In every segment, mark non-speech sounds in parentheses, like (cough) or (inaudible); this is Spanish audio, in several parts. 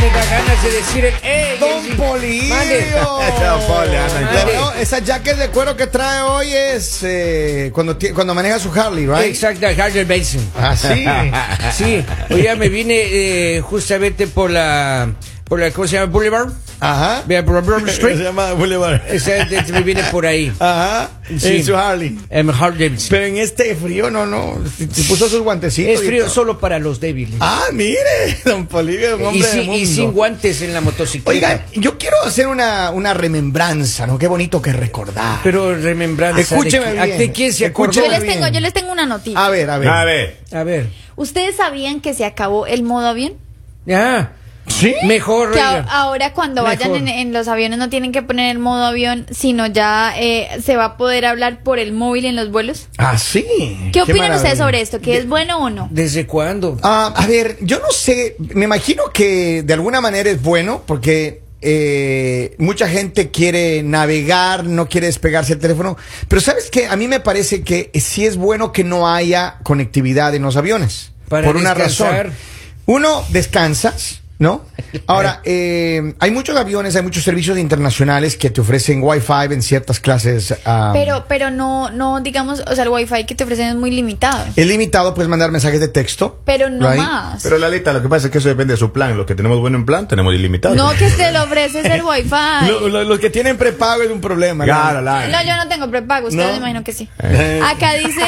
Imagínense decir, ¡Ey! Don Don Polillo. Poli, anda, No, claro. no, esa jacket de cuero que trae hoy es eh, cuando, tie- cuando maneja su Harley, ¿right? Exacto, Harley Benson. Ah, sí. Sí, hoy ya me vine eh, justamente por la, por la, ¿cómo se llama? Boulevard. Ajá. Vea, Por la Broad Se Street. llama Boulevard. Exactamente, me vine por ahí. Ajá. Sí. En su Harley. En Harley Davidson. Pero en este frío, no, no. Se se puso sus guantecitos. Es y frío todo. solo para los débiles. Ah, mire, (laughs) don Polivio, un y, hombre sin- del y mundo. sin guantes en la motocicleta. Oigan, yo quiero hacer una, una remembranza, ¿no? Qué bonito que recordar. pero remembranza. de Escúcheme que- ¿a bien, de quién se acordó? escúcheme Yo les bien. Ah. tengo, yo les tengo una noticia. a ver, a ver. A ver. A ver. ¿Ustedes sabían que se acabó el modo avión? Ya. ¿Sí? Ah, Mejor. Que a- oiga. ahora cuando vayan Oh, Mejor. en, en los aviones no tienen que poner el modo avión, sino ya eh, se va a poder hablar por el móvil en los vuelos. Ah, sí. ¿Qué, opinan ustedes maravilla. sobre esto? ¿Que es bueno o no? ¿Desde cuándo? Ah, a ver, yo no sé, me imagino que de alguna manera es bueno porque eh, mucha gente quiere navegar, no quiere despegarse el teléfono, pero sabes que a mí me parece que sí es bueno que no haya conectividad en los aviones, Para por una descansar. razón. Uno, descansas. ¿No? Ahora, eh, hay muchos aviones, hay muchos servicios internacionales que te ofrecen Wi-Fi en ciertas clases. ah, Pero, pero no, no, digamos, o sea, el wifi que te ofrecen es muy limitado. es limitado, puedes mandar mensajes de texto. Pero no right? más. Pero Lalita, lo que pasa es que eso depende de su plan. Los que tenemos bueno en plan, tenemos ilimitado. no que te lo (laughs) ofreces el wifi. Lo- lo- los que tienen prepago es un problema. ¿no? Claro, la- No, yo no tengo prepago, ustedes No. Eh. me imagino que sí. Eh. Acá Ya, dicen,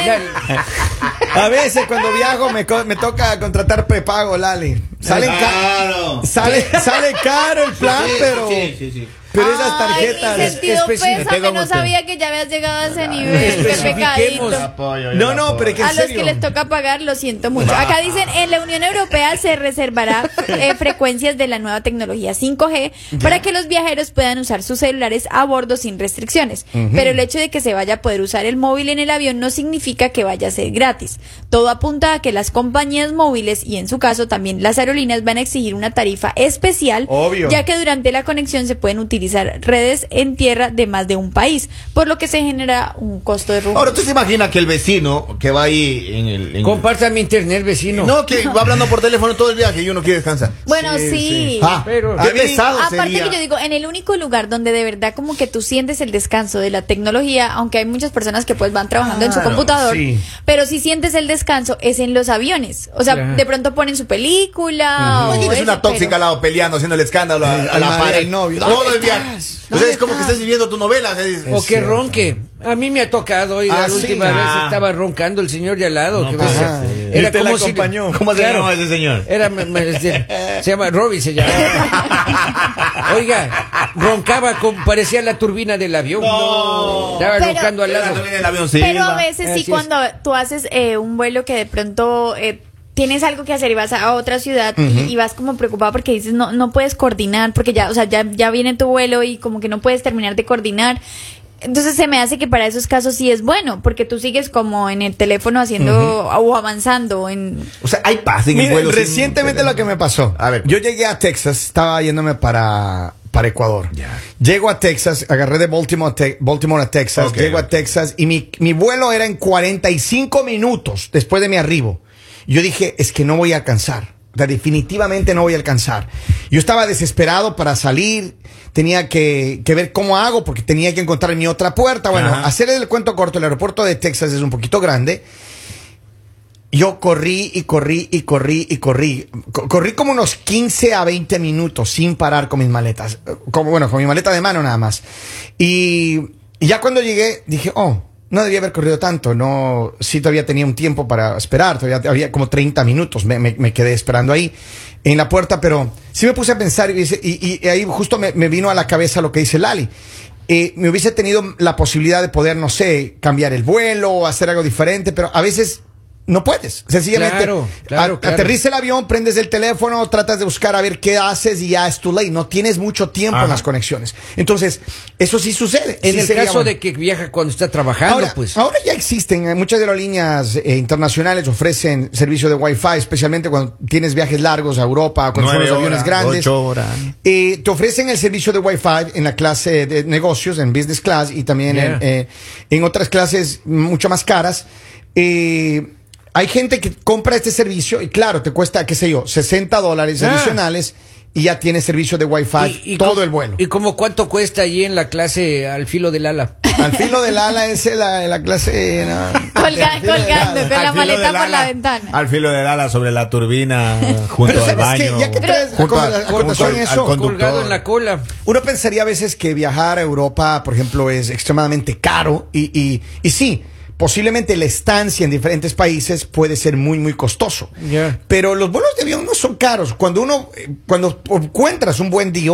A veces cuando viajo me, co- me toca contratar prepago, Lali. Sale, ca- Claro. sale, (laughs) sale caro el plan, pero, Sí, sí, sí. pero esas ay, tarjetas... mi sentido especi- pesa, tengo que no usted. sabía que ya habías llegado a ese nivel, qué Especifiquemos. pecadito. (laughs) Apoyo, yo No, la no, apoyo. pero es que en A los serio. que les toca pagar, lo siento mucho. Acá dicen, en la Unión Europea se reservará eh, frecuencias de la nueva tecnología 5G para que los viajeros puedan usar sus celulares a bordo sin restricciones. Pero el hecho de que se vaya a poder usar el móvil en el avión no significa que vaya a ser gratis. Todo apunta a que las compañías móviles y en su caso también las aerolíneas van a exigir una tarifa especial, Obvio. ya que durante la conexión se pueden utilizar redes en tierra de más de un país, por lo que se genera un costo de rumbo. Ahora, ¿tú se imagina que el vecino que va ahí en el. en- Comparta mi internet, vecino. No, que va hablando por teléfono todo el viaje y uno quiere descansar. Bueno, sí. Ah, Pero- qué A mí- pesado Aparte sería. que yo digo, en el único lugar donde de verdad como que tú sientes el descanso de la tecnología, aunque hay muchas personas que pues van trabajando en su computador, sí. pero si sientes el descanso es en los aviones. O sea, Claro. de pronto ponen su película. o Imagínate, es eso, una tóxica pero- al lado peleando, haciendo el escándalo a, a Al la madre pared. del novio. Todo ¿Dónde el viaje. Entonces es como que estás viviendo tu novela. o sea, es- O que ronque. A mí me ha tocado, y Ah, la sí. última Ah. vez estaba roncando el señor de al lado. que pues, ves, ah. Era Y te la como si- acompañó. ¿Cómo se Claro. llama ese señor? Era, me- me- este, se llama Robbie, se llama. Oiga, roncaba, con, parecía la turbina del avión. Estaba Pero- roncando al lado. Era el avión, sí, Pero a iba. veces Así sí, es. cuando tú haces eh, un vuelo que de pronto eh, tienes algo que hacer y vas a otra ciudad y- y, vas como preocupado porque dices no no puedes coordinar porque ya o sea ya ya viene tu vuelo y como que no puedes terminar de coordinar. Entonces se me hace que para esos casos sí es bueno porque tú sigues como en el teléfono haciendo o avanzando en O sea, hay paz en el Miren, vuelo. sin recientemente teléfono. lo que me pasó. A ver. pues. Yo llegué a Texas, estaba yéndome para, para Ecuador. Llego a Texas, agarré de Baltimore, a Te- Baltimore a Texas, Ok. llego a Texas y mi, mi vuelo era en 45 minutos después de mi arribo. Yo dije, es que no voy a alcanzar. O sea, definitivamente no voy a alcanzar. Yo estaba desesperado para salir. Tenía que, que ver cómo hago porque tenía que encontrar mi otra puerta. Bueno, Ajá. hacer el cuento corto, el aeropuerto de Texas es un poquito grande. Yo corrí y corrí y corrí y corrí. Co- Corrí como unos 15 a 20 minutos sin parar con mis maletas. Eh, Como, bueno, con mi maleta de mano nada más. Y y ya cuando llegué dije, oh, no debía haber corrido tanto. No, sí todavía tenía un tiempo para esperar. Todavía había como 30 minutos. Me, me- me quedé esperando ahí en la puerta, pero sí me puse a pensar y, dice- y- y ahí justo me, me vino a la cabeza lo que dice Lali. Eh, me hubiese tenido la posibilidad de poder, no sé, cambiar el vuelo o hacer algo diferente, pero a veces no puedes. Sencillamente Claro, claro, a- claro. aterriza el avión, prendes el teléfono, tratas de buscar a ver qué haces y ya es tu ley. No tienes mucho tiempo en Ajá. las conexiones. Entonces, eso sí sucede. En Sí el sería caso bueno. de que viaja cuando está trabajando, Ahora, pues. ahora ya existen, eh, muchas aerolíneas eh, internacionales ofrecen servicio de Wi-Fi, especialmente cuando tienes viajes largos a Europa, cuando son Nueve los aviones horas, grandes. ocho horas. Eh, te ofrecen el servicio de Wi-Fi en la clase de negocios, en business class y también en, Yeah. eh, en otras clases mucho más caras. Eh, hay gente que compra este servicio y claro, te cuesta, qué sé yo, 60 dólares Ah. adicionales y ya tiene servicio de Wi-Fi Y- y todo co- el vuelo. ¿Y como cuánto cuesta allí en la clase al filo del ala? Al filo del ala es la, la clase... no. Colga- Al filo del colgando, ala. con la Al filo maleta del por la ala, ventana. Al filo del ala sobre la turbina, junto Pero al ¿sabes qué? baño. Ya que Pero- traes Junto a- al- a colación junto al- eso, al conductor. Colgado en la cola. Uno pensaría a veces que viajar a Europa, por ejemplo, es extremadamente caro y, y, y sí, posiblemente la estancia en diferentes países puede ser muy, muy costoso. Ya. Pero los vuelos de avión no son caros. Cuando uno, eh, cuando encuentras un buen día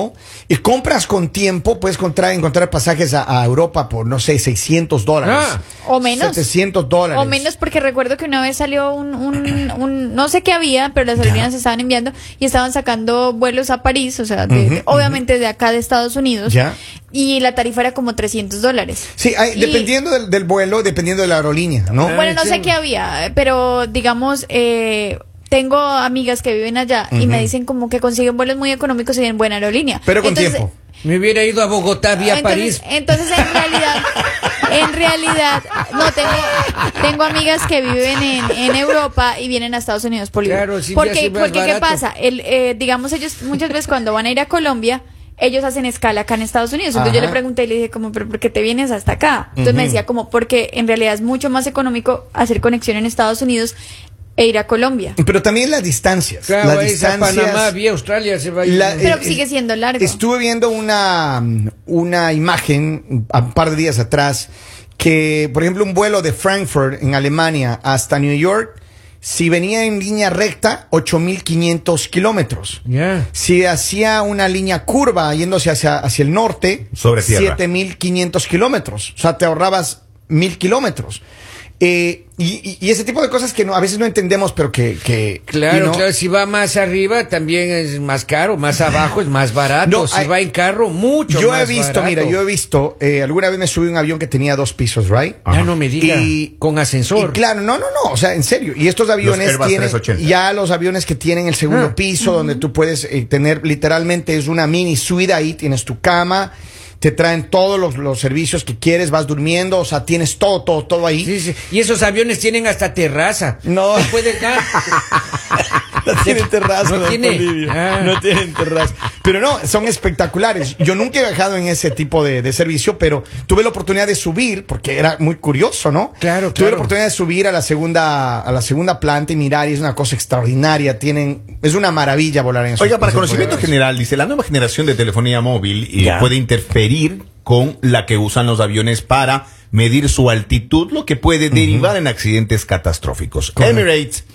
y compras con tiempo, puedes encontrar, encontrar pasajes a, a Europa por, no sé, 600 dólares. Ah. O menos. 700 dólares. O menos porque recuerdo que una vez salió un, un, (clears throat) un- no sé qué había, pero las aerolíneas estaban enviando y estaban sacando vuelos a París, o sea, de- de- obviamente de acá de Estados Unidos. Ya. Y la tarifa era como 300 dólares. Sí, hay- Y- dependiendo del, del vuelo, dependiendo de la aerolínea, ¿no? Bueno, no sí. sé qué había, pero digamos, eh, tengo amigas que viven allá y me dicen como que consiguen vuelos muy económicos y en buena aerolínea. Pero con tiempo. Me hubiera ido a Bogotá vía Ah, entonces, París. Entonces, en realidad, en realidad, no tengo, tengo amigas que viven en, en Europa y vienen a Estados Unidos por libre. Claro, sí, ya sí, porque, más porque ¿qué barato. pasa? El, eh, digamos, ellos muchas veces cuando van a ir a Colombia, ellos hacen escala acá en Estados Unidos. Entonces yo Ajá. le pregunté y le dije como, pero ¿por qué te vienes hasta acá? Entonces me decía como, porque en realidad es mucho más económico hacer conexión en Estados Unidos e ir a Colombia. Pero también las distancias. Claro, las ahí está distancias. Panamá vía Australia se va a ir. La- Pero eh, sigue siendo largo. Estuve viendo una, una imagen a un par de días atrás que, por ejemplo, un vuelo de Frankfurt en Alemania hasta New York, si venía en línea recta, 8.500 kilómetros. Ya. Si hacía una línea curva yéndose hacia, hacia el norte, Sobre tierra. 7.500 kilómetros. O sea, te ahorrabas 1.000 kilómetros. Eh, y, y- y ese tipo de cosas que no, a veces no entendemos, pero que... que Claro, y no- claro, si va más arriba también es más caro, más abajo es más barato. No, si hay- va en carro, mucho Yo más he visto, barato. mira, yo he visto, eh, alguna vez me subí a un avión que tenía dos pisos, ¿right? Ya no me diga. Y- con ascensor. Y claro, no, no, no, o sea, en serio. Y estos aviones Airbus tienen 380. ya los aviones que tienen el segundo Ah. piso, donde tú puedes eh, tener literalmente es una mini suite ahí, tienes tu cama, te traen todos los, los servicios que quieres, vas durmiendo, o sea, tienes todo, todo, todo ahí. Sí, sí. Y esos aviones tienen hasta terraza. No. Se puede dar. No tienen terraza, No don tiene. Toribio. Ah. No tienen terraza. Pero no, son espectaculares. Yo nunca he viajado en ese tipo de, de servicio, pero tuve la oportunidad de subir, porque era muy curioso, ¿no? Claro, Tuve la claro. oportunidad de subir a la segunda, a la segunda planta y mirar, y es una cosa extraordinaria. Tienen, es una maravilla volar en esos- Oiga, para esos conocimiento lugares. general, dice la nueva generación de telefonía móvil y Ya. puede interferir con la que usan los aviones para medir su altitud, lo que puede derivar en accidentes catastróficos. Emirates,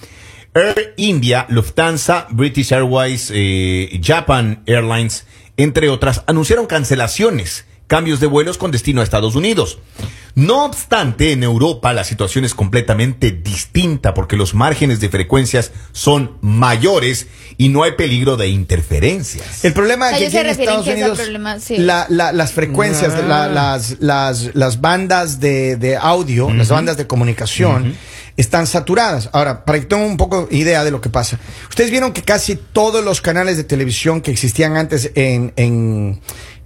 Air India, Lufthansa, British Airways, eh, Japan Airlines, entre otras, anunciaron cancelaciones, cambios de vuelos con destino a Estados Unidos. No obstante, en Europa la situación es completamente distinta porque los márgenes de frecuencias son mayores y no hay peligro de interferencias. El problema es Ellos que aquí se en refieren Estados que es el Unidos problema, sí. la- la- las frecuencias, Ah. la- las, las, las bandas de, de audio, las bandas de comunicación están saturadas. Ahora, para que tengan un poco idea de lo que pasa, ustedes vieron que casi todos los canales de televisión que existían antes en, en,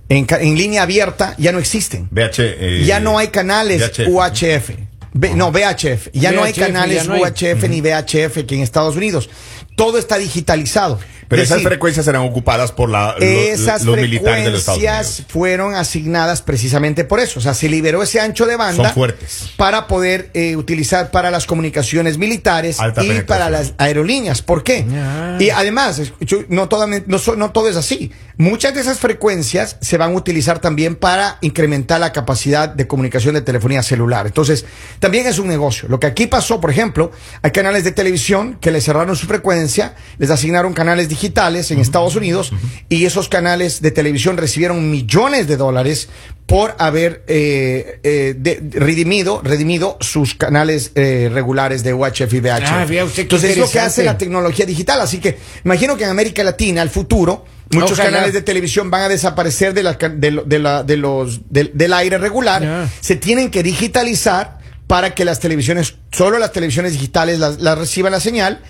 en, ca- en línea abierta ya no existen. VH, eh, ya no hay canales VHF. UHF. Ve- no, VHF. Ya no hay VHF, canales ya no hay. UHF ni VHF que en Estados Unidos. Todo está digitalizado. Pero esas Decir, frecuencias serán ocupadas por la, lo- esas los militares de los Estados frecuencias Unidos. fueron asignadas precisamente por eso. O sea, se liberó ese ancho de banda Son fuertes. para poder eh, utilizar para las comunicaciones militares Alta y penetración. para las aerolíneas. ¿Por qué? Ah. Y además, es- yo- no, todamen- no, so- no todo es así. Muchas de esas frecuencias se van a utilizar también para incrementar la capacidad de comunicación de telefonía celular. Entonces, también es un negocio. Lo que aquí pasó, por ejemplo, hay canales de televisión que le cerraron su frecuencia, les asignaron canales digitales en Estados Unidos y esos canales de televisión recibieron millones de dólares por haber eh, eh, de- de- redimido, redimido sus canales eh, regulares de UHF y VHF. Ah, vea usted qué Entonces es lo que hace interesante. la, tecnología digital. Así que imagino que en América Latina, al futuro, muchos Ojalá. canales de televisión van a desaparecer de la, can- de, lo- de la- de los, del- del aire regular. Ya. Se tienen que digitalizar para que las televisiones, solo las televisiones digitales las, las reciban la señal.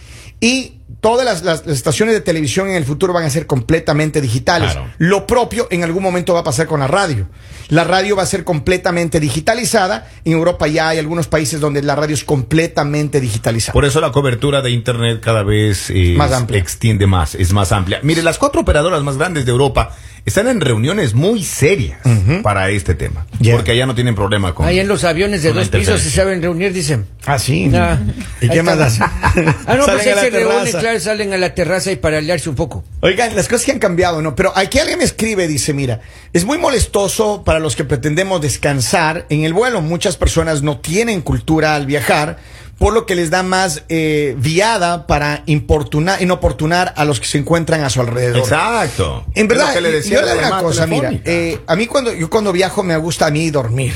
Y todas las, las- las estaciones de televisión en el futuro van a ser completamente digitales. Claro. Lo propio en algún momento va a pasar con la radio. La radio va a ser completamente digitalizada. En Europa ya hay algunos países donde la radio es completamente digitalizada. Por e- eso la cobertura de Internet cada vez eh, Más amplia. extiende más, es más amplia. Mire, las cuatro operadoras más grandes de Europa están en reuniones muy serias para este tema, Ya. porque allá no tienen problema con... Ahí en los aviones de con la dos pisos se interferencia. saben reunir, dicen. Ah, sí. Ah, ¿Y ahí qué más estamos. hacen? Ah, no, pues Salen a ahí la se reúnen, terraza. claro, salen a la terraza y para aliarse un poco. Oigan, las cosas que han cambiado, ¿no? Pero aquí alguien me escribe, dice, mira, es muy molestoso para los que pretendemos descansar en el vuelo. Muchas personas no tienen cultura al viajar, por lo que les da más eh, viada para importunar, inoportunar a los que se encuentran a su alrededor. Exacto. En Es verdad, lo que le decía yo la le digo una llamada cosa, mira, telefónica. eh, a mí cuando yo cuando viajo me gusta a mí dormir.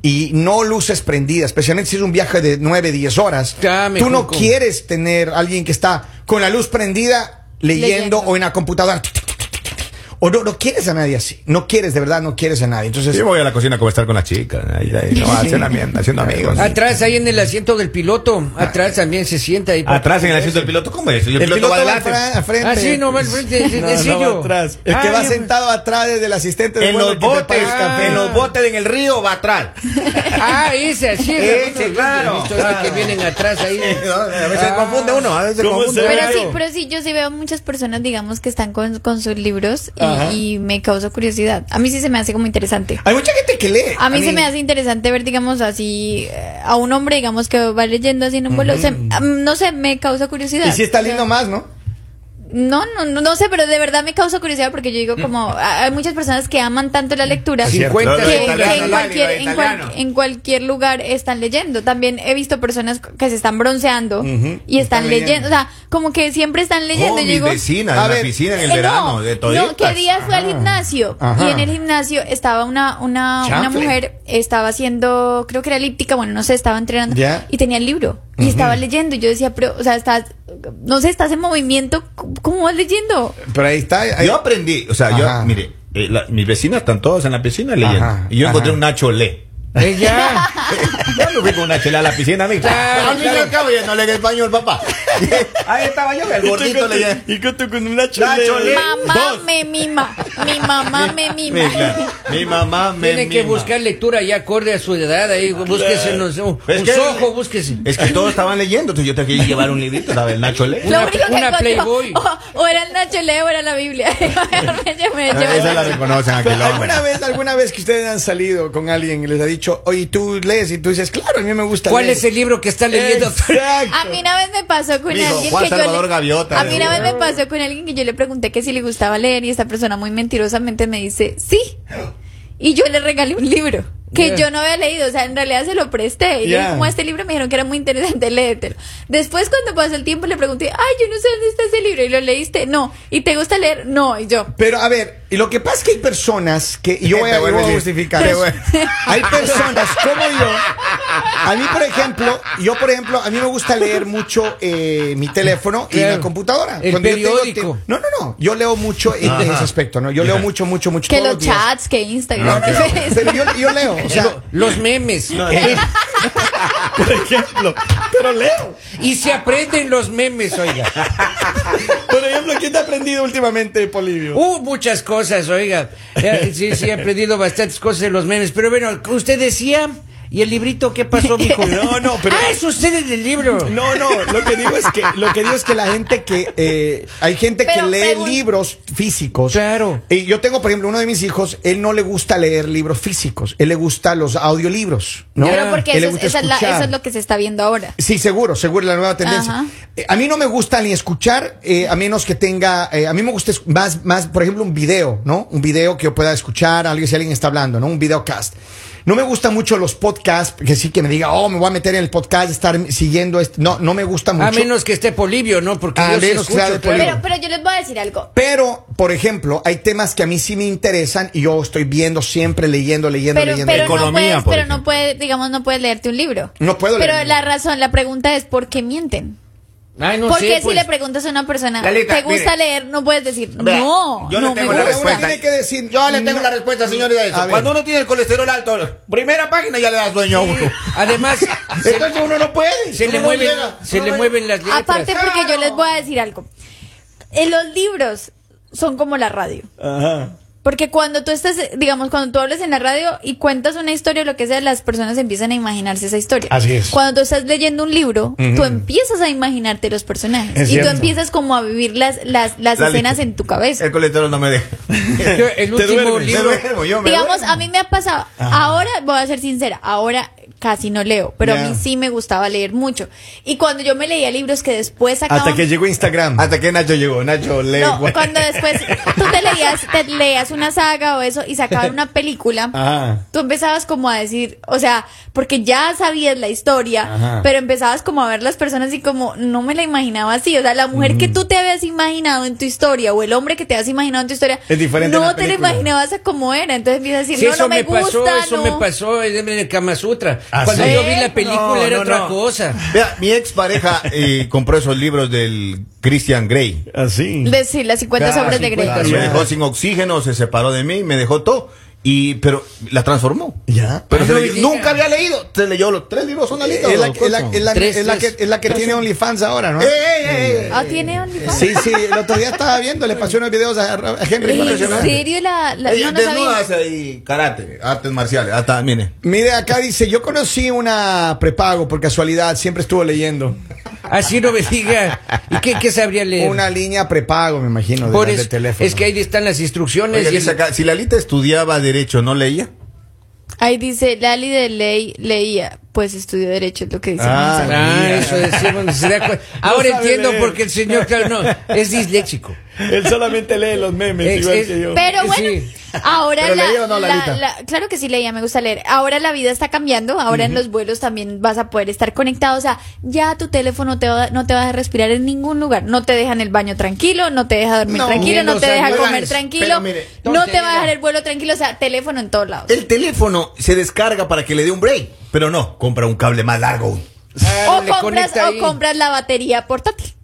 Y no luces prendidas, especialmente si es un viaje de 9, 10 horas. Ya, me Tú no juco. quieres tener alguien que está con la luz prendida leyendo, Leyendo. o en la computadora. O no, no quieres a nadie así. No quieres, de verdad, no quieres a nadie. Entonces, Yo voy a la cocina a conversar con las chicas, ahí, ahí, no, haciendo, ami- haciendo amigos. Atrás, ahí en el asiento del piloto, atrás también se sienta ahí. Atrás en el asiento del piloto, ¿cómo es? el piloto va adelante. al frente. Ah, sí, no va al frente, es No, no sencillo. va atrás. El que Ah, va ya. sentado atrás desde el asistente de En vuelo los que te botes, paga el café. en los botes en el río va atrás. (laughs) Ah, ese, (laughs) así Ese, hermano, claro, he visto los claro. que vienen atrás ahí. A Ah. veces confunde uno, a veces ¿Cómo confunde. se uno. Pero sí, pero sí, yo sí veo muchas personas, digamos, que están con, con sus libros y- Ajá. y, me causa curiosidad. A mí sí se me hace como interesante. Hay mucha gente que lee. A mí, se me hace interesante ver, digamos, así eh, a un hombre, digamos, que va leyendo así en un vuelo. Se- ah, no sé, me causa curiosidad. Y si está O sea, lindo más, ¿no? No, no, no, no sé, pero de verdad me causa curiosidad porque yo digo Mm. como a- hay muchas personas que aman tanto la lectura. Es cierto. 50 No, Que, no, que italiano, en, italiano, cualquier, en, cual- italiano. en cualquier lugar están leyendo. También he visto personas que se están bronceando y están, Están leyendo. leyendo. O sea, como que siempre están leyendo. Oh, Yo mis digo, vecinas, A en la ver, piscina, en el eh, verano, no, de No, que toditas. día fue al Ah. gimnasio Ajá. y en el gimnasio estaba una, una, una Chanfle. mujer, estaba haciendo, creo que era elíptica, bueno, no sé, estaba entrenando Ya. y tenía el libro y estaba leyendo. Y yo decía, pero, o sea, estás, no sé, estás en movimiento, ¿cómo- ¿cómo vas leyendo? Pero ahí está. ahí- Yo aprendí, o sea, Ajá. yo, mire, eh, la- mis vecinas están todas en la piscina leyendo. Ajá, y yo encontré ajá. un Nacho Le. (laughs) Es Eh, (laughs) ya. Yo no fui con una chela a la piscina, amigo. Claro, Al fin y claro. al cabo, ya no leí español, papá. (laughs) Ahí estaba yo, el gordito leía. Y con tu con una Nacho Le. Mamá Dos. me mima, mi mamá me mima. Sí, claro. Mi mamá me Tiene que mima. buscar lectura ya acorde a su edad. Ahí, búsquese no sé, un, Es un que- ojo, búsquese. Es que todos estaban leyendo, entonces yo tenía que llevar un librito, ¿sabes? El Nacho Le. Lo Una- único que una encontré- Playboy. (laughs) O, o era el Nacho Leo o era la Biblia. (laughs) Me llevé- me llevé- Ah, Esa la reconocen aquí, la ¿Alguna vez, alguna vez que ustedes han salido con alguien y les ha dicho, oye, tú lees y tú dices, claro, a mí me gusta ¿Cuál leer"? es el libro que está leyendo? Exacto. A mí una vez me pasó con Mijo, alguien Juan que yo Salvador le, Gaviota, A mí de- una vez me pasó con alguien que yo le pregunté que si le gustaba leer y esta persona muy mentirosamente me dice, "Sí." Y yo le regalé un libro que Yeah. yo no había leído, o sea, en realidad se lo presté. Y le Yeah. dije, como este libro me dijeron que era muy interesante, (laughs) léetelo. Después cuando pasó el tiempo le pregunté, "Ay, yo no sé dónde está ese libro." Y lo leíste, "No." ¿Y te gusta leer? No. Y yo, Pero a ver, y lo que pasa es que hay personas que. (laughs) y yo voy a, Te vuelvo yo voy a a decir, justificar. te eso. vuelvo- (laughs) Hay personas como yo. A mí, por ejemplo, yo, por ejemplo, a mí me gusta leer mucho eh, mi teléfono y Claro. la computadora. El yo tengo periódico. tiempo- no, no, no. Yo leo mucho en, en ese aspecto, ¿no? Yo leo mucho, mucho, mucho. que todos los días. chats, que Instagram, No, no, (laughs) que no, Facebook. pero yo, yo leo, o sea, (laughs) Los memes. por ejemplo, pero leo. Y se aprenden los memes, oiga. Por ejemplo, ¿qué te ha aprendido últimamente, Polivio? Uh, muchas cosas, oiga. Eh, Sí, sí, he aprendido bastantes cosas de los memes. Pero bueno, usted decía, ¿y el librito qué pasó, mijo? (laughs) No, no, pero- Ah, es usted en el libro. No, no, lo que digo es que lo que digo es que la gente que eh, hay gente Pero que lee pregun- libros físicos. Claro. Y yo tengo, por ejemplo, uno de mis hijos, él no le gusta leer libros físicos, él le gusta los audiolibros, (laughs) ¿no? Pero porque Él le eso, es- gusta esa es la- escuchar. eso es lo que se está viendo ahora. Sí, seguro, seguro la nueva tendencia. Ajá. Eh, a mí no me gusta ni escuchar, eh, a menos que tenga, eh, a mí me gusta es- más, más, por ejemplo, un video, ¿no? Un video que yo pueda escuchar, alguien, si alguien está hablando, ¿no? Un videocast. No me gustan mucho los podcasts, que sí que me diga, oh, me voy a meter en el podcast, estar siguiendo esto. No, no me gusta mucho. A menos que esté Polibio, ¿no? Porque A yo sí menos que sea escucho, de claro. Polibio. Pero, pero yo les voy a decir algo. Pero, por ejemplo, hay temas que a mí sí me interesan y yo estoy viendo siempre, leyendo, leyendo, Pero, leyendo. pero no Economía, puedes, por pero no ejemplo. puedes, digamos, no puedes leerte un libro. No puedo Pero leerlo. la razón, la pregunta es ¿por qué mienten? Ay, no Porque sé, si pues. le preguntas a una persona, Lalita, ¿te gusta mire. leer? No puedes decir, Vea, no, yo le no tengo me la gusta. respuesta. Tiene que decir, Yo le tengo no. la respuesta, señores, a eso. A ver. Cuando uno tiene el colesterol alto, primera página ya le das dueño a uno. (laughs) Además, se, Entonces uno no puede. se le uno no mueven, llega. se Uno le no mueven las letras. Aparte porque yo les voy a decir algo. En los libros son como la radio. Porque cuando tú estás, digamos, cuando tú hablas en la radio y cuentas una historia o lo que sea, las personas empiezan a imaginarse esa historia. Así es. Cuando tú estás leyendo un libro, tú empiezas a imaginarte los personajes. Es y cierto. tú empiezas como a vivir las, las, las Lali, escenas en tu cabeza. El colesterol no me deja. Yo, (laughs) el último duermes, Me libro. duermo, yo me Digamos, duermo. a mí me ha pasado, ahora voy a ser sincera, ahora casi no leo, pero a mí sí me gustaba leer mucho. Y cuando yo me leía libros que después sacaban... Hasta que llegó Instagram. Hasta que Nacho llegó, Nacho le No, cuando después tú te leías, te leías una saga o eso y sacaban una película, (laughs) Ajá. tú empezabas como a decir, o sea, porque ya sabías la historia, Ajá. pero empezabas como a ver las personas y como no me la imaginaba así, o sea, la mujer Mm. que tú te habías imaginado en tu historia o el hombre que te habías imaginado en tu historia, Es diferente en no la te lo película. imaginabas a cómo era, entonces empiezas a decir, Si no, eso no me, me, gusta, pasó, eso no. me pasó en el Kama Sutra. ¿Ah, Cuando sí? yo vi la película No, era no, otra no. cosa. Vea, mi expareja eh, compró esos libros del Christian Grey. (laughs) Así. Decir las 50 Ah, sombras de Grey. 50 Me Ya. dejó sin oxígeno, se separó de mí, me dejó todo. Y, pero la transformó. Ya. Pero Ay, se no leyó- me diga. nunca había leído. Se leyó los tres libros, son la lista. Es la, los es la- es la- Tres, es la que, tres. es la que tiene OnlyFans ahora, ¿no? ¡Ey, ey, ey! Ah, tiene OnlyFans? Sí, sí, el otro día estaba viendo, le pasé unos videos a, a Henry. ¿En serio la, la- Ella no, no sabía. desnudas y karate, artes marciales. Hasta, mire. Mire, acá dice, yo conocí una prepago por casualidad, siempre estuvo leyendo. Así no me diga. ¿Y qué, qué sabría leer? Una línea prepago, me imagino, de, Por las eso- de teléfono. Es que ahí están las instrucciones. Oiga, y el- dice acá, si Lalita estudiaba derecho, ¿no leía? Ahí dice, Lali de ley leía, pues estudió derecho, es lo que dice. el Ah, mensaje. Ah, Mira. eso decimos. se da cuen- Ahora sabe entiendo leer. por qué el señor, claro, no, es disléxico. Él solamente lee los memes, Ex- igual es- que yo. Pero bueno, Sí. ahora Pero la, leía o no, la- Larita. la- claro que sí leía, me gusta leer. Ahora la vida está cambiando, ahora en los vuelos también vas a poder estar conectado, o sea, ya tu teléfono te va- no te va a respirar en ningún lugar, no te deja en el baño tranquilo, no te deja dormir No, tranquilo, no no te seas deja huevas. comer tranquilo, Pero mire, no te va tontería. a dejar el vuelo tranquilo, o sea, teléfono en todos lados. El teléfono se descarga para que le dé un break. Pero no, compra un cable más largo. Ah, o le compras conecta ahí. o compras la batería portátil.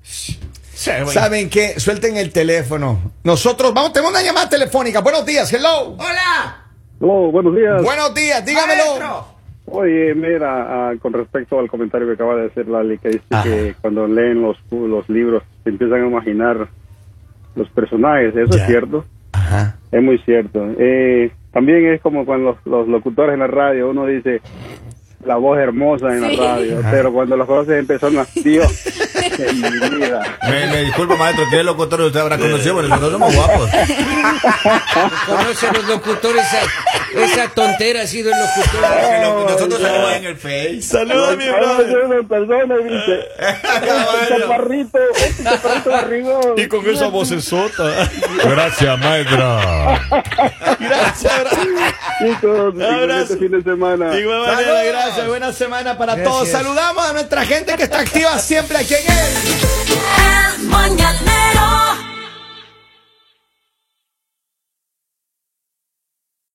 ¿Saben qué? Suelten el teléfono. Nosotros vamos, tenemos una llamada telefónica. Buenos días, hello. ¡Hola! Hola, Oh, buenos días. Buenos días, dígamelo. Maestro. Oye, mira, ah, con respecto al comentario que acaba de hacer Lali, que dice que cuando leen los, los libros se empiezan a imaginar los personajes, eso es cierto, Ajá. es muy cierto. Eh, también es como con los, los locutores en la radio, uno dice la voz hermosa en Sí. la radio, pero cuando los conoces en persona, Dios, en mi vida. Me, me disculpo, maestro, que el locutor usted habrá conocido, pero nosotros somos guapos. Conoce a los locutores. a- esa tontera ha sido el locutor. Porque lo- (laughs) nosotros somos en el Face. Saluda Ahora soy una persona y (laughs) dice, este chaparrito, este chaparrito barrigón. con esa vocesota. Gracias, maestro. Chicos, Abrazo. este fin de semana. manera, Saludos. gracias. Buena semana para Gracias. todos. Saludamos a nuestra gente que está activa siempre aquí en el